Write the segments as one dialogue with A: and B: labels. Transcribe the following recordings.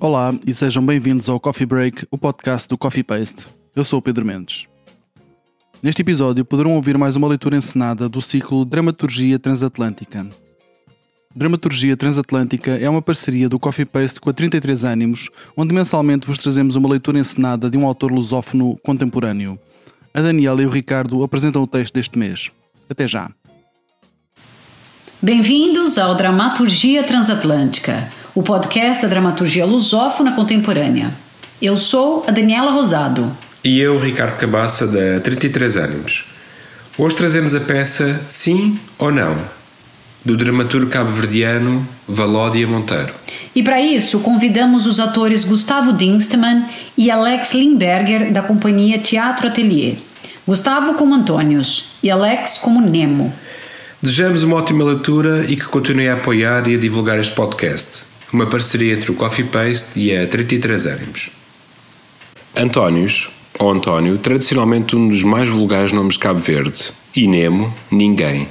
A: Olá e sejam bem-vindos ao Coffee Break, o podcast do Coffee Paste. Eu sou o Pedro Mendes. Neste episódio poderão ouvir mais uma leitura encenada do ciclo Dramaturgia Transatlântica. Dramaturgia Transatlântica é uma parceria do Coffee Paste com a 33 Ânimos, onde mensalmente vos trazemos uma leitura encenada de um autor lusófono contemporâneo. A Daniela e o Ricardo apresentam o texto deste mês. Até já!
B: Bem-vindos ao Dramaturgia Transatlântica, o podcast da dramaturgia lusófona contemporânea. Eu sou a Daniela Rosado.
C: E eu, Ricardo Cabaça, da 33 Ânimos. Hoje trazemos a peça Sim ou Não, do dramaturgo cabo-verdiano Valódia Monteiro.
B: E para isso, convidamos os atores Gustavo Dinstemann e Alex Lindberger da companhia Teatro Atelier. Gustavo como Antônios e Alex como Nemo.
C: Desejamos uma ótima leitura e que continue a apoiar e a divulgar este podcast, uma parceria entre o Coffee Paste e a 33 Ânimos. Antónios, ou António, tradicionalmente um dos mais vulgares nomes de Cabo Verde, e Nemo, ninguém.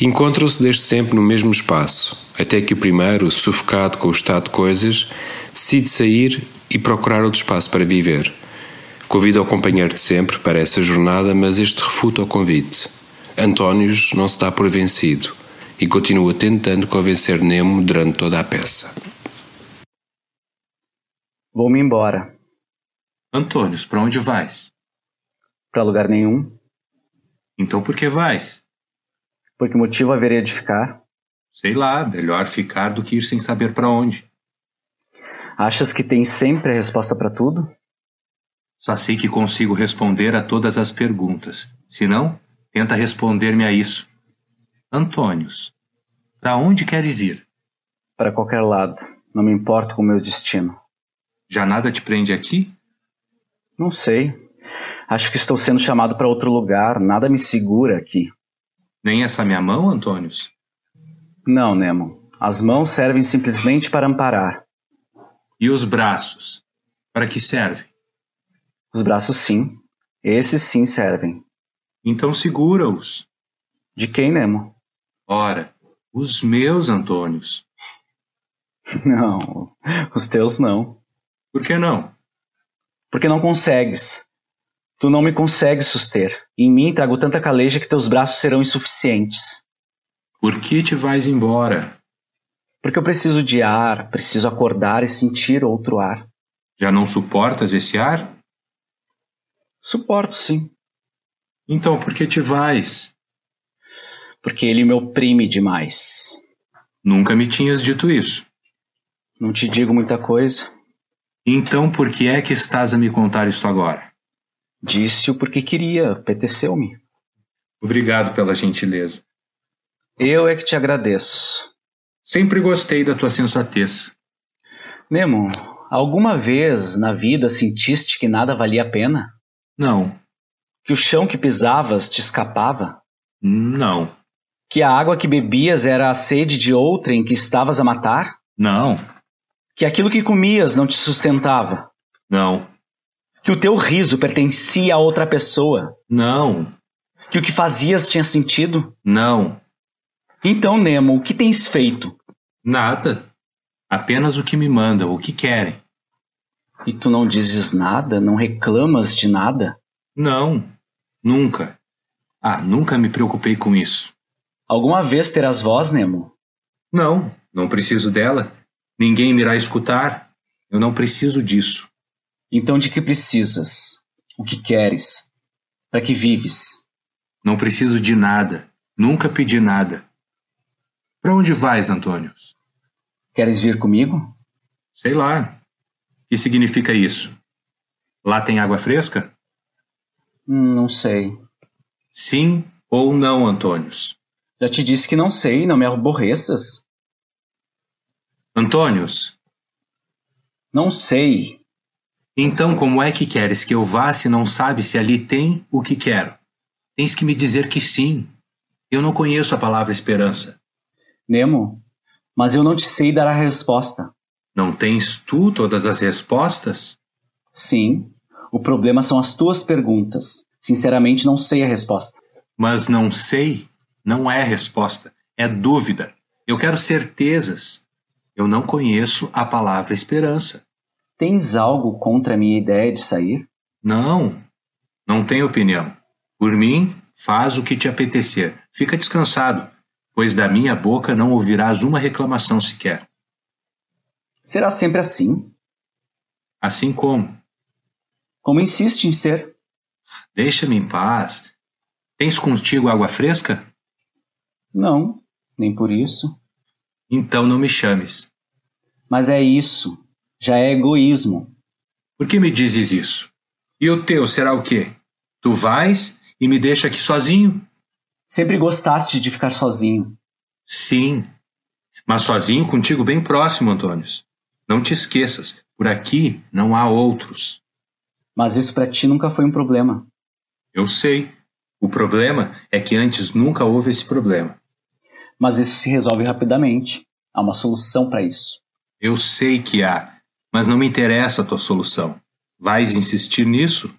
C: Encontram-se desde sempre no mesmo espaço, até que o primeiro, sufocado com o estado de coisas, decide sair e procurar outro espaço para viver. Convida o companheiro de sempre para essa jornada, mas este refuta o convite. Antónios não se dá por vencido e continua tentando convencer Nemo durante toda a peça.
D: Vou-me embora.
E: Antônios, para onde vais?
D: Pra lugar nenhum.
E: Então por que vais?
D: Por que motivo haveria de ficar?
E: Sei lá, melhor ficar do que ir sem saber para onde.
D: Achas que tem sempre a resposta para tudo?
E: Só sei que consigo responder a todas as perguntas. Se não, tenta responder-me a isso. Antônios, para onde queres ir?
D: Para qualquer lado. Não me importo com o meu destino.
E: Já nada te prende aqui?
D: Não sei. Acho que estou sendo chamado para outro lugar. Nada me segura aqui.
E: Nem essa minha mão, Antônios?
D: Não, Nemo. As mãos servem simplesmente para amparar.
E: E os braços? Para que serve?
D: Os braços, sim. Esses, sim, servem.
E: Então segura-os.
D: De quem, Nemo?
E: Ora, os meus, Antônios.
D: Não, os teus não.
E: Por que não?
D: Porque não consegues. Tu não me consegues suster. Em mim trago tanta caleja que teus braços serão insuficientes.
E: Por que te vais embora?
D: Porque eu preciso de ar, preciso acordar e sentir outro ar.
E: Já não suportas esse ar?
D: Suporto, sim,
E: Então por que te vais?
D: porque ele me oprime demais.
E: Nunca me tinhas dito isso.
D: Não te digo muita coisa.
E: Então por que é que estás a me contar isso agora?
D: Disse-o porque queria, apeteceu-me.
E: Obrigado pela gentileza.
D: Eu é que te agradeço.
E: Sempre gostei da tua sensatez.
D: Nemo, alguma vez na vida sentiste que nada valia a pena?
E: Não,
D: Que o chão que pisavas te escapava?
E: não,
D: Que a água que bebias era a sede de outrem que estavas a matar?
E: não,
D: Que aquilo que comias não te sustentava?
E: não,
D: Que o teu riso pertencia a outra pessoa?
E: não,
D: Que o que fazias tinha sentido?
E: não,
D: Então, Nemo, o que tens feito?
E: nada. Apenas o que me mandam, o que querem.
D: E tu não dizes nada, não reclamas de nada?
E: Não, nunca. Ah, nunca me preocupei com isso.
D: Alguma vez terás voz, Nemo?
E: Não, não preciso dela. Ninguém me irá escutar. Eu não preciso disso.
D: Então de que precisas? O que queres? Para que vives?
E: Não preciso de nada. Nunca pedi nada. Para onde vais, Antônio?
D: Queres vir comigo?
E: Sei lá. O que significa isso? Lá tem água fresca?
D: Hum, Não sei.
E: Sim ou não, Antônio?
D: Já te disse que não sei, não me aborreças.
E: Antônio,
D: Não sei.
E: então como é que queres que eu vá se não sabe se ali tem o que quero? Tens que me dizer que sim. Eu não conheço a palavra esperança.
D: Nemo, mas eu não te sei dar a resposta.
E: Não tens tu todas as respostas?
D: Sim, o problema são as tuas perguntas. Sinceramente, não sei a resposta.
E: Mas não sei não é resposta, é dúvida. Eu quero certezas. Eu não conheço a palavra esperança.
D: Tens algo contra a minha ideia de sair?
E: Não, não tenho opinião. Por mim, faz o que te apetecer. Fica descansado, pois da minha boca não ouvirás uma reclamação sequer.
D: Será sempre assim?
E: Assim como?
D: Como insiste em ser?
E: Deixa-me em paz. Tens contigo água fresca?
D: Não, nem por isso.
E: Então não me chames.
D: Mas é isso. Já é egoísmo.
E: Por que me dizes isso? E o teu será o quê? Tu vais e me deixa aqui sozinho?
D: Sempre gostaste de ficar sozinho.
E: Sim. Mas sozinho contigo bem próximo, Antônios. Não te esqueças, por aqui não há outros.
D: Mas isso para ti nunca foi um problema.
E: Eu sei. O problema é que antes nunca houve esse problema.
D: Mas isso se resolve rapidamente. Há uma solução para isso.
E: Eu sei que há, mas não me interessa a tua solução. Vais insistir nisso?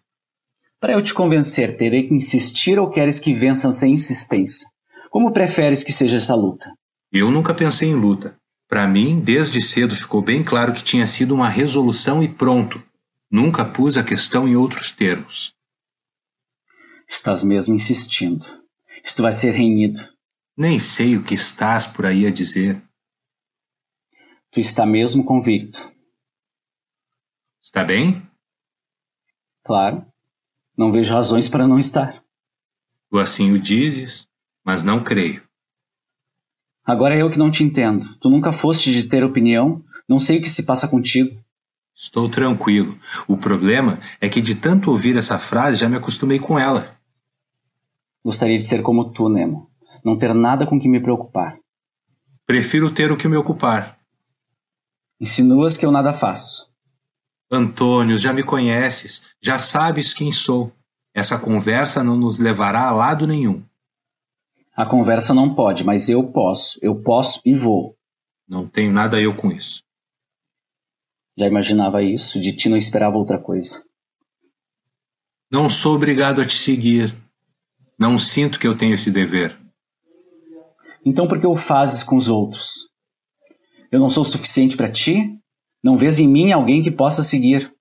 D: Para eu te convencer, terei que insistir ou queres que vençam sem insistência? Como preferes que seja essa luta?
E: Eu nunca pensei em luta. Para mim, desde cedo ficou bem claro que tinha sido uma resolução e pronto. Nunca pus a questão em outros termos.
D: Estás mesmo insistindo. Isto vai ser renhido.
E: Nem sei o que estás por aí a dizer.
D: Tu está mesmo convicto.
E: Está bem?
D: Claro. Não vejo razões para não estar.
E: Tu assim o dizes, mas não creio.
D: Agora é eu que não te entendo. Tu nunca foste de ter opinião. Não sei o que se passa contigo.
E: Estou tranquilo. O problema é que de tanto ouvir essa frase já me acostumei com ela.
D: Gostaria de ser como tu, Nemo. Não ter nada com que me preocupar.
E: Prefiro ter o que me ocupar.
D: Insinuas que eu nada faço.
E: Antônio, já me conheces, já sabes quem sou. Essa conversa não nos levará a lado nenhum.
D: A conversa não pode, mas eu posso. Eu posso e vou.
E: Não tenho nada eu com isso.
D: Já imaginava isso. De ti não esperava outra coisa.
E: Não sou obrigado a te seguir. Não sinto que eu tenho esse dever.
D: Então por que o fazes com os outros? Eu não sou o suficiente para ti? Não vês em mim alguém que possa seguir?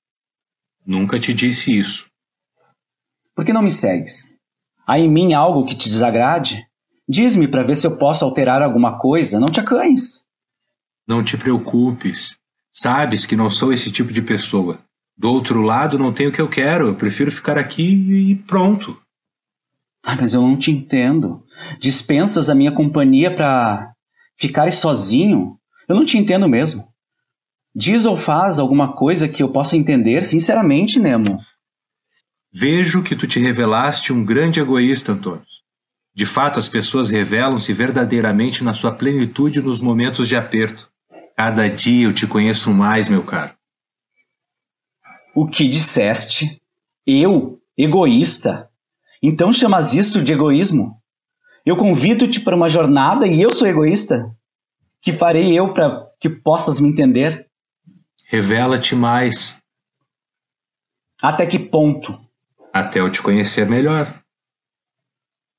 E: Nunca te disse isso.
D: Por que não me segues? Há em mim algo que te desagrade? Diz-me para ver se eu posso alterar alguma coisa. Não te acanhes.
E: Não te preocupes. Sabes que não sou esse tipo de pessoa. Do outro lado, não tenho o que eu quero. Eu prefiro ficar aqui e pronto.
D: Ah, mas eu não te entendo. Dispensas a minha companhia para ficares sozinho? Eu não te entendo mesmo. Diz ou faz alguma coisa que eu possa entender, sinceramente, Nemo.
E: Vejo que tu te revelaste um grande egoísta, Antônio. De fato, as pessoas revelam-se verdadeiramente na sua plenitude nos momentos de aperto. Cada dia eu te conheço mais, meu caro.
D: O que disseste? Eu, egoísta? Então chamas isto de egoísmo? Eu convido-te para uma jornada e eu sou egoísta? Que farei eu para que possas me entender?
E: Revela-te mais
D: Até que ponto?
E: até eu te conhecer melhor.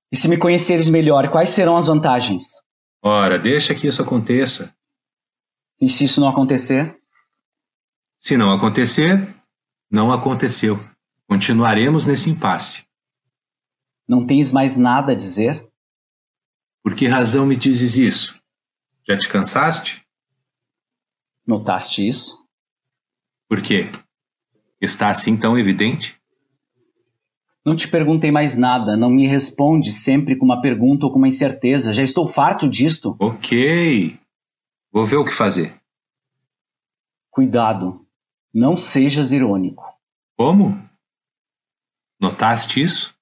D: E se me conheceres melhor, quais serão as vantagens?
E: Ora, deixa que isso aconteça.
D: E se isso não acontecer?
E: Se não acontecer, não aconteceu. Continuaremos nesse impasse.
D: Não tens mais nada a dizer?
E: Por que razão me dizes isso? Já te cansaste?
D: Notaste isso?
E: Por quê? Está assim tão evidente?
D: Não te perguntei mais nada, não me responde sempre com uma pergunta ou com uma incerteza. Já estou farto disto.
E: Ok. Vou ver o que fazer.
D: Cuidado, não sejas irônico.
E: Como? Notaste isso?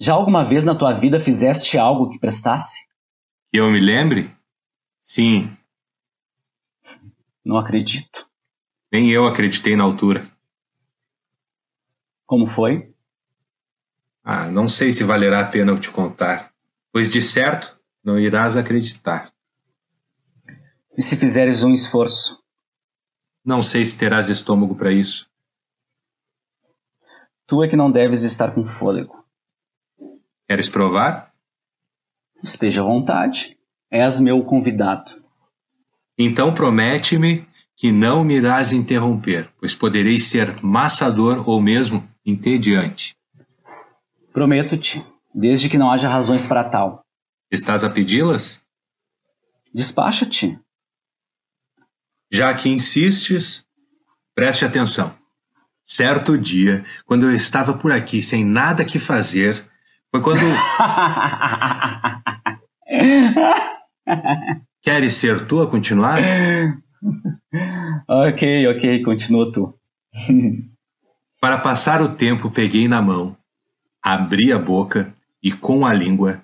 D: Já alguma vez na tua vida fizeste algo que prestasse?
E: Que eu me lembre? Sim,
D: Não acredito.
E: nem eu acreditei na altura.
D: Como foi?
E: Ah, não sei se valerá a pena eu te contar, pois de certo não irás acreditar.
D: E se fizeres um esforço?
E: Não sei se terás estômago para isso.
D: Tu é que não deves estar com fôlego.
E: Queres provar?
D: Esteja à vontade. És meu convidado.
E: Então promete-me que não me irás interromper, pois poderei ser maçador ou mesmo entediante.
D: Prometo-te, desde que não haja razões para tal.
E: Estás a pedi-las?
D: Despacha-te.
E: Já que insistes, preste atenção. Certo dia, quando eu estava por aqui sem nada que fazer, foi quando. Queres ser tu a continuar?
D: ok, ok, continua tu.
E: Para passar o tempo, peguei na mão, abri a boca e com a língua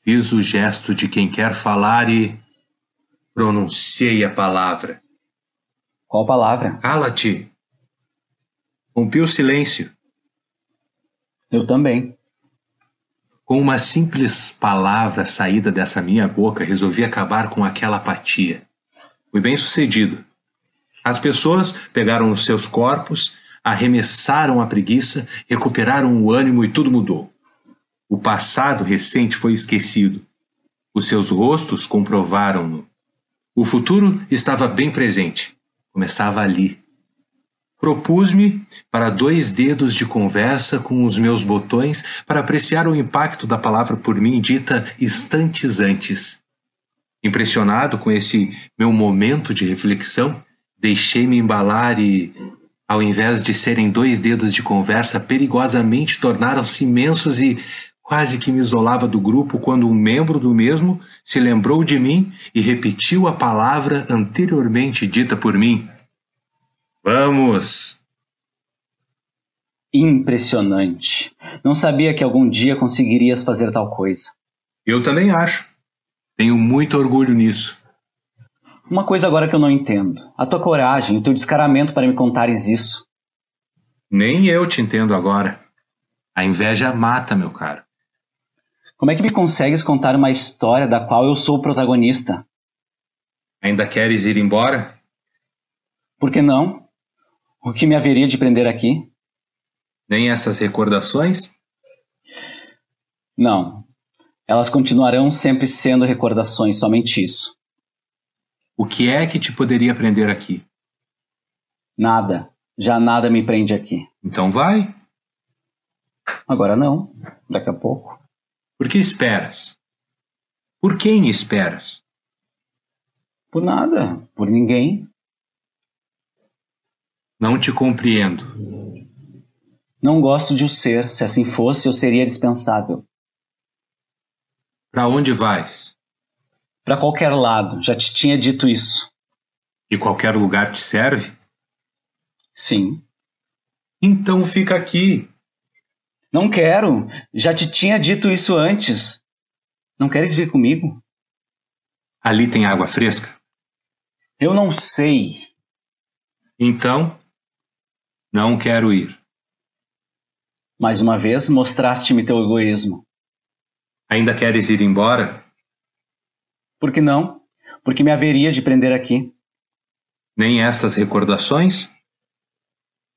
E: fiz o gesto de quem quer falar e pronunciei a palavra.
D: Qual palavra?
E: Cala-te! Rompi o silêncio.
D: Eu também.
E: Com uma simples palavra saída dessa minha boca, resolvi acabar com aquela apatia. Fui bem sucedido. As pessoas pegaram os seus corpos, arremessaram a preguiça, recuperaram o ânimo e tudo mudou. O passado recente foi esquecido. Os seus rostos comprovaram-no. O futuro estava bem presente. Começava ali. Propus-me para dois dedos de conversa com os meus botões para apreciar o impacto da palavra por mim dita instantes antes. Impressionado com esse meu momento de reflexão, deixei-me embalar e, ao invés de serem dois dedos de conversa, perigosamente tornaram-se imensos e quase que me isolava do grupo quando um membro do mesmo se lembrou de mim e repetiu a palavra anteriormente dita por mim. Vamos!
D: Impressionante. Não sabia que algum dia conseguirias fazer tal coisa.
E: Eu também acho. Tenho muito orgulho nisso.
D: Uma coisa agora que eu não entendo: a tua coragem, o teu descaramento para me contares isso.
E: Nem eu te entendo agora. A inveja mata, meu caro.
D: Como é que me consegues contar uma história da qual eu sou o protagonista?
E: Ainda queres ir embora?
D: Por que não? O que me haveria de prender aqui?
E: Nem essas recordações?
D: Não. Elas continuarão sempre sendo recordações, somente isso.
E: O que é que te poderia prender aqui?
D: Nada. Já nada me prende aqui.
E: Então vai.
D: Agora não. Daqui a pouco.
E: Por que esperas? Por quem esperas?
D: Por nada. Por ninguém.
E: Não te compreendo.
D: Não gosto de o ser. Se assim fosse, eu seria dispensável.
E: Para onde vais?
D: Para qualquer lado. Já te tinha dito isso.
E: E qualquer lugar te serve?
D: Sim.
E: Então fica aqui.
D: Não quero. Já te tinha dito isso antes. Não queres vir comigo?
E: Ali tem água fresca?
D: Eu não sei.
E: Então, não quero ir.
D: Mais uma vez mostraste-me teu egoísmo.
E: Ainda queres ir embora?
D: Por que não? Porque me haveria de prender aqui.
E: Nem estas recordações?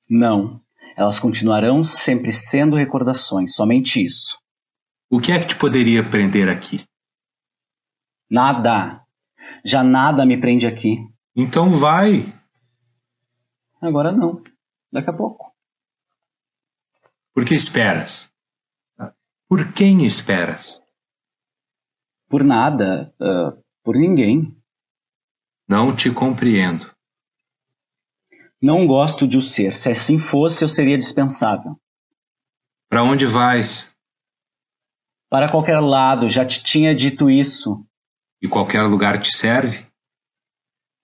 D: Não. Elas continuarão sempre sendo recordações, somente isso.
E: O que é que te poderia prender aqui?
D: Nada. Já nada me prende aqui.
E: Então vai.
D: Agora não. Daqui a pouco.
E: Por que esperas? Tá? Por quem esperas?
D: Por nada. ah, por ninguém.
E: Não te compreendo.
D: Não gosto de o ser. Se assim fosse, eu seria dispensável.
E: Para onde vais?
D: Para qualquer lado, já te tinha dito isso.
E: E qualquer lugar te serve?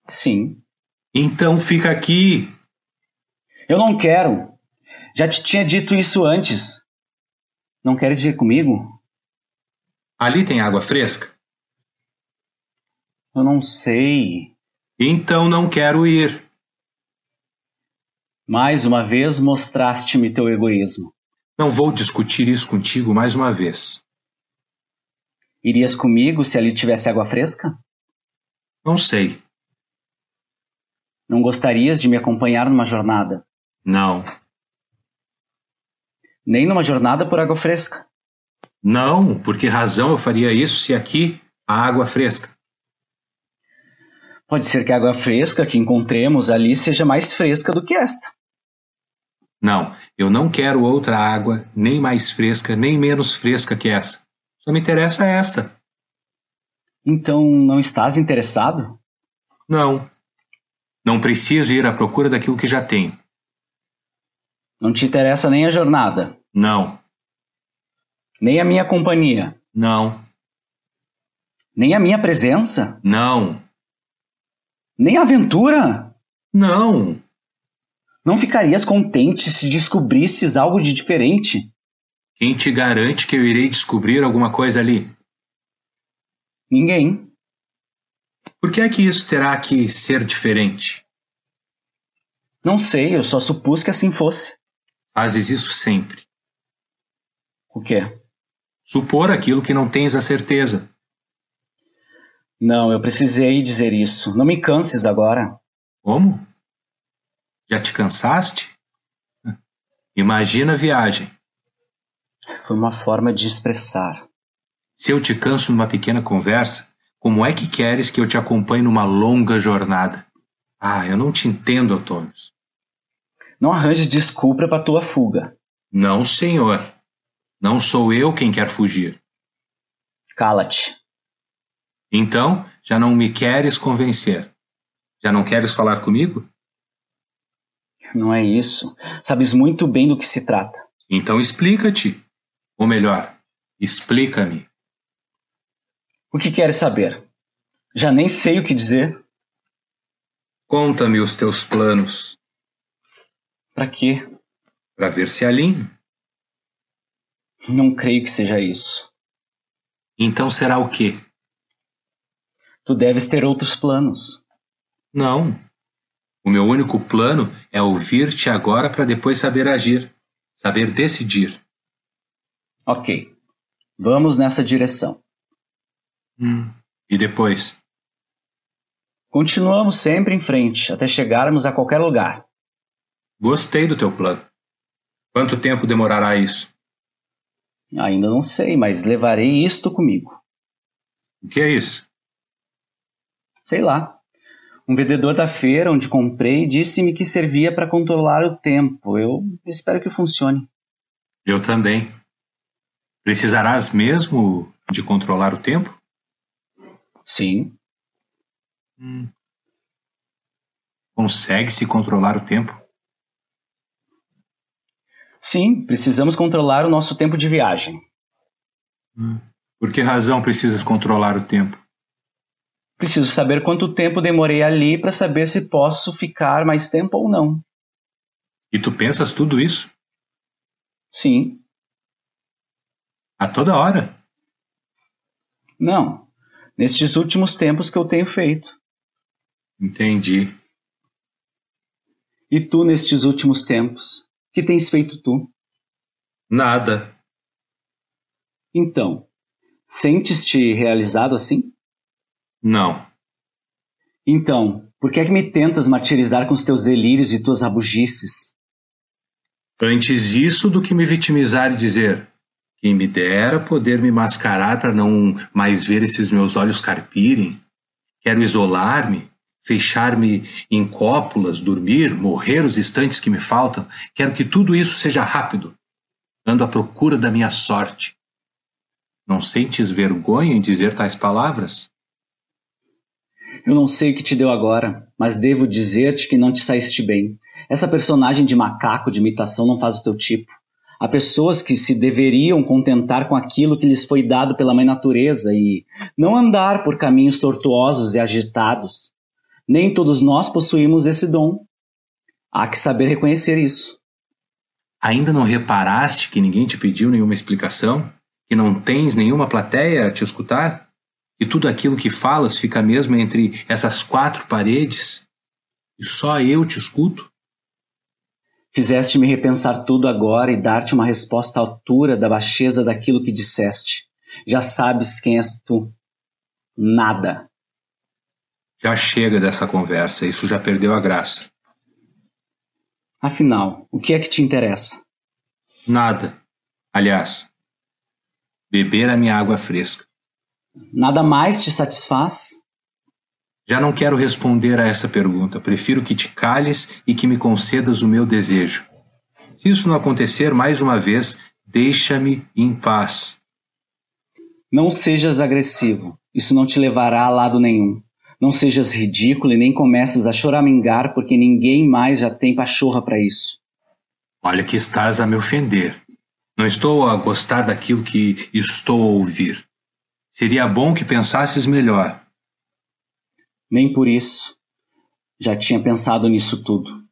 D: Sim.
E: Então fica aqui.
D: Eu não quero. Já te tinha dito isso antes. Não queres vir comigo?
E: Ali tem água fresca?
D: Eu não sei.
E: Então não quero ir.
D: Mais uma vez mostraste-me teu egoísmo.
E: Não vou discutir isso contigo mais uma vez.
D: Irias comigo se ali tivesse água fresca?
E: Não sei.
D: Não gostarias de me acompanhar numa jornada?
E: Não.
D: Nem numa jornada por água fresca.
E: Não, por que razão eu faria isso se aqui há água fresca?
D: Pode ser que a água fresca que encontremos ali seja mais fresca do que esta.
E: Não, eu não quero outra água, nem mais fresca, nem menos fresca que essa. Só me interessa esta.
D: Então não estás interessado?
E: Não. Não preciso ir à procura daquilo que já tenho.
D: Não te interessa nem a jornada,
E: Não,
D: nem a minha companhia,
E: não,
D: nem a minha presença,
E: não,
D: nem a aventura?
E: não.
D: Não ficarias contente se descobrisses algo de diferente?
E: Quem te garante que eu irei descobrir alguma coisa ali?
D: Ninguém.
E: Por que é que isso terá que ser diferente?
D: Não sei, eu só supus que assim fosse.
E: Fazes isso sempre.
D: O quê?
E: Supor aquilo que não tens a certeza.
D: Não, eu precisei dizer isso. Não me canses agora.
E: Como? Já te cansaste? Imagina a viagem.
D: Foi uma forma de expressar.
E: Se eu te canso numa pequena conversa, como é que queres que eu te acompanhe numa longa jornada? Ah, eu não te entendo, Antônio.
D: Não arranje desculpa para tua fuga.
E: Não, senhor. Não sou eu quem quer fugir.
D: Cala-te.
E: Então, já não me queres convencer. Já não queres falar comigo?
D: Não é isso. Sabes muito bem do que se trata.
E: Então explica-te. Ou melhor, explica-me.
D: O que queres saber? Já nem sei o que dizer.
E: Conta-me os teus planos
D: Para quê?
E: para ver se alinho.
D: Não creio que seja isso.
E: Então será o quê?
D: Tu deves ter outros planos.
E: Não. O meu único plano é ouvir-te agora para depois saber agir, saber decidir.
D: Ok. Vamos nessa direção.
E: E depois?
D: Continuamos sempre em frente até chegarmos a qualquer lugar.
E: Gostei do teu plano. Quanto tempo demorará isso?
D: Ainda não sei, mas levarei isto comigo.
E: O que é isso?
D: Sei lá. Um vendedor da feira onde comprei disse-me que servia para controlar o tempo. Eu espero que funcione.
E: Eu também. Precisarás mesmo de controlar o tempo?
D: Sim,
E: Consegue-se controlar o tempo?
D: sim, precisamos controlar o nosso tempo de viagem.
E: Por que razão precisas controlar o tempo?
D: Preciso saber quanto tempo demorei ali para saber se posso ficar mais tempo ou não.
E: E tu pensas tudo isso?
D: Sim,
E: A toda hora?
D: não. Nestes últimos tempos que eu tenho feito.
E: Entendi.
D: E tu nestes últimos tempos? Que tens feito tu?
E: Nada.
D: Então, sentes-te realizado assim?
E: Não.
D: Então, por que é que me tentas martirizar com os teus delírios e tuas rabugices?
E: Antes isso do que me vitimizar e dizer: quem me dera poder me mascarar para não mais ver esses meus olhos carpirem. Quero isolar-me, fechar-me em cópulas, dormir, morrer os instantes que me faltam. Quero que tudo isso seja rápido, ando à procura da minha sorte. Não sentes vergonha em dizer tais palavras?
D: Eu não sei o que te deu agora, mas devo dizer-te que não te saíste bem. Essa personagem de macaco de imitação não faz o teu tipo. Há pessoas que se deveriam contentar com aquilo que lhes foi dado pela mãe natureza e não andar por caminhos tortuosos e agitados. Nem todos nós possuímos esse dom. Há que saber reconhecer isso.
E: Ainda não reparaste que ninguém te pediu nenhuma explicação? Que não tens nenhuma plateia a te escutar? Que tudo aquilo que falas fica mesmo entre essas quatro paredes? E só eu te escuto?
D: Fizeste-me repensar tudo agora e dar-te uma resposta à altura da baixeza daquilo que disseste. Já sabes quem és tu. Nada.
E: Já chega dessa conversa, isso já perdeu a graça.
D: Afinal, o que é que te interessa?
E: Nada. Aliás, beber a minha água fresca.
D: Nada mais te satisfaz?
E: Já não quero responder a essa pergunta. Prefiro que te calhes e que me concedas o meu desejo. Se isso não acontecer, mais uma vez, deixa-me em paz.
D: Não sejas agressivo. Isso não te levará a lado nenhum. Não sejas ridículo e nem comeces a choramingar porque ninguém mais já tem pachorra para isso.
E: Olha que estás a me ofender. Não estou a gostar daquilo que estou a ouvir. Seria bom que pensasses melhor.
D: Nem por isso. Já tinha pensado nisso tudo.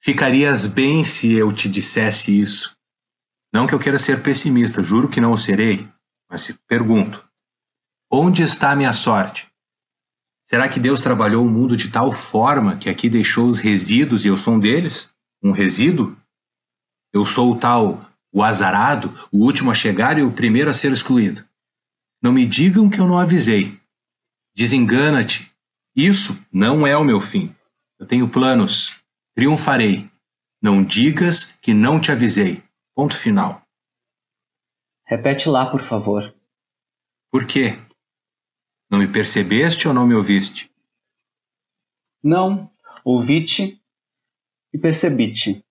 E: Ficarias bem se eu te dissesse isso. Não que eu queira ser pessimista, juro que não o serei, mas se pergunto: onde está a minha sorte? Será que Deus trabalhou o mundo de tal forma que aqui deixou os resíduos e eu sou um deles? Um resíduo? Eu sou o tal, o azarado, o último a chegar e o primeiro a ser excluído. Não me digam que eu não avisei. Desengana-te. Isso não é o meu fim. Eu tenho planos. Triunfarei. Não digas que não te avisei. Ponto final.
D: Repete lá, por favor.
E: Por quê? Não me percebeste ou não me ouviste?
D: Não, ouvi-te e percebi-te.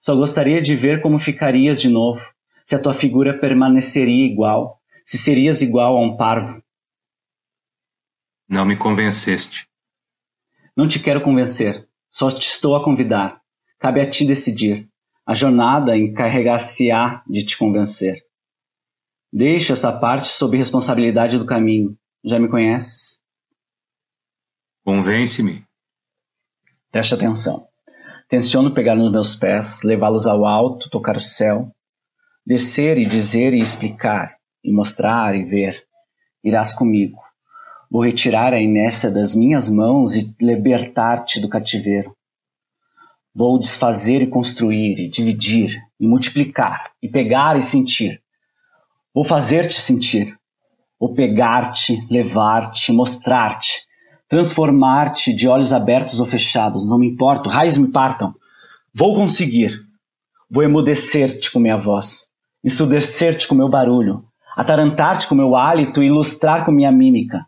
D: Só gostaria de ver como ficarias de novo, se a tua figura permaneceria igual, se serias igual a um parvo.
E: Não me convenceste.
D: Não te quero convencer, só te estou a convidar. Cabe a ti decidir. A jornada encarregar-se-á de te convencer. Deixa essa parte sob responsabilidade do caminho. Já me conheces?
E: Convence-me.
D: Preste atenção. Tenciono pegar nos meus pés, levá-los ao alto, tocar o céu, descer e dizer e explicar, e mostrar e ver. Irás comigo. Vou retirar a inércia das minhas mãos e libertar-te do cativeiro. Vou desfazer e construir, e dividir, e multiplicar, e pegar e sentir. Vou fazer-te sentir. Vou pegar-te, levar-te, mostrar-te, transformar-te de olhos abertos ou fechados, não me importo, raios me partam. Vou conseguir. Vou emudecer-te com minha voz, ensurdecer-te com meu barulho, atarantar-te com meu hálito e ilustrar com minha mímica.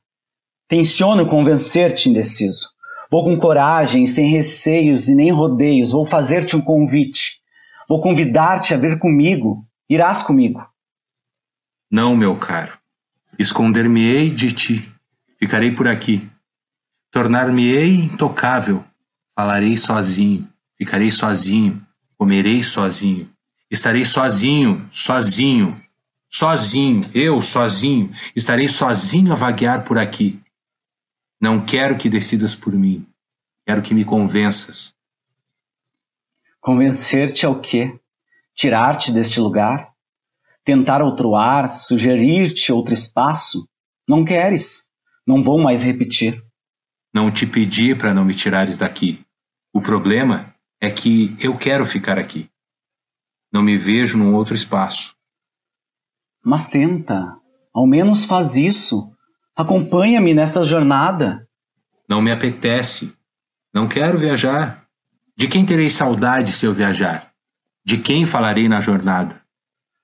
D: Tenciono convencer-te indeciso. Vou com coragem, sem receios e nem rodeios, vou fazer-te um convite. Vou convidar-te a vir comigo. Irás comigo.
E: Não, meu caro. Esconder-me-ei de ti. Ficarei por aqui. Tornar-me-ei intocável. Falarei sozinho. Ficarei sozinho. Comerei sozinho. Estarei sozinho, sozinho, sozinho. Eu sozinho. Estarei sozinho a vaguear por aqui. Não quero que decidas por mim. Quero que me convenças.
D: Convencer-te ao quê? Tirar-te deste lugar? tentar outro ar, sugerir-te outro espaço. Não queres. Não vou mais repetir.
E: Não te pedi para não me tirares daqui. O problema é que eu quero ficar aqui. Não me vejo num outro espaço.
D: Mas tenta. Ao menos faz isso. Acompanha-me nessa jornada.
E: Não me apetece. Não quero viajar. De quem terei saudade se eu viajar? De quem falarei na jornada?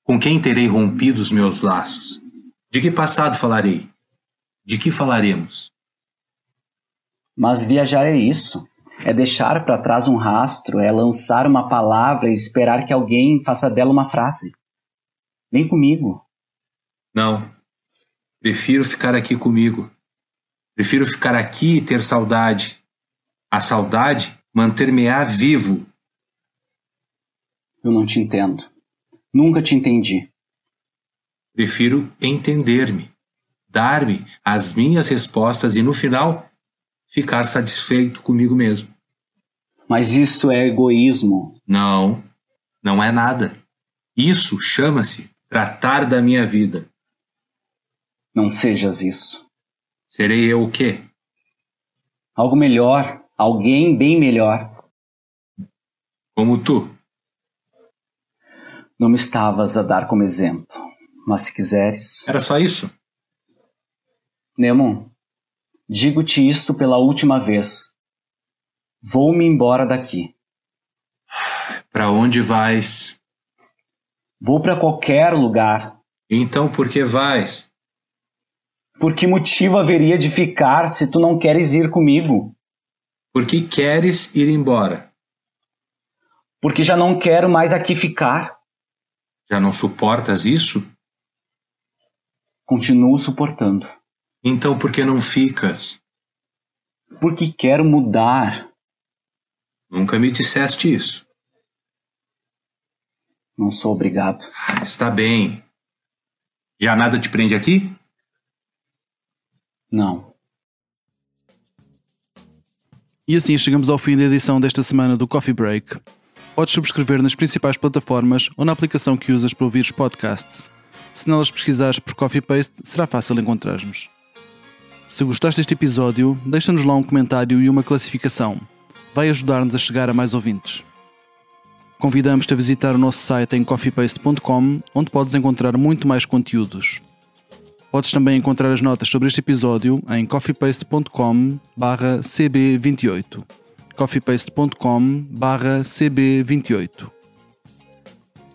E: Com quem terei rompido os meus laços? De que passado falarei? De que falaremos?
D: Mas viajar é isso. É deixar para trás um rastro, é lançar uma palavra e esperar que alguém faça dela uma frase. Vem comigo.
E: Não. Prefiro ficar aqui comigo. Prefiro ficar aqui e ter saudade. A saudade manter-me-á vivo.
D: Eu não te entendo. Nunca te entendi.
E: Prefiro entender-me, dar-me as minhas respostas e, no final, ficar satisfeito comigo mesmo.
D: Mas isso é egoísmo.
E: Não, não é nada. Isso chama-se tratar da minha vida.
D: Não sejas isso.
E: Serei eu o quê?
D: Algo melhor, alguém bem melhor.
E: Como tu
D: não me estavas a dar como exemplo. Mas se quiseres.
E: Era só isso?
D: Nemo, digo-te isto pela última vez. Vou-me embora daqui.
E: Para onde vais?
D: Vou para qualquer lugar.
E: Então por que vais?
D: Por que motivo haveria de ficar se tu não queres ir comigo?
E: Porque queres ir embora.
D: Porque já não quero mais aqui ficar.
E: Já não suportas isso?
D: Continuo suportando.
E: Então por que não ficas?
D: Porque quero mudar.
E: Nunca me disseste isso.
D: Não sou obrigado.
E: Está bem. Já nada te prende aqui?
D: Não.
A: E assim chegamos ao fim da edição desta semana do Coffee Break. Podes subscrever nas principais plataformas ou na aplicação que usas para ouvir os podcasts. Se nelas pesquisares por Coffee Paste, será fácil encontrar-nos. Se gostaste deste episódio, deixa-nos lá um comentário e uma classificação. Vai ajudar-nos a chegar a mais ouvintes. Convidamos-te a visitar o nosso site em coffeepaste.com, onde podes encontrar muito mais conteúdos. Podes também encontrar as notas sobre este episódio em coffeepaste.com barra cb28 coffeepaste.com barra cb28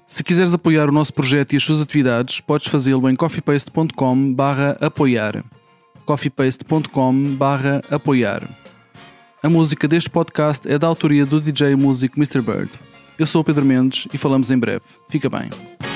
A: Se quiseres apoiar o nosso projeto e as suas atividades, podes fazê-lo em coffeepaste.com barra apoiar coffeepaste.com barra apoiar A música deste podcast é da autoria do DJ músico Mr. Bird. Eu sou o Pedro Mendes e falamos em breve. Fica bem.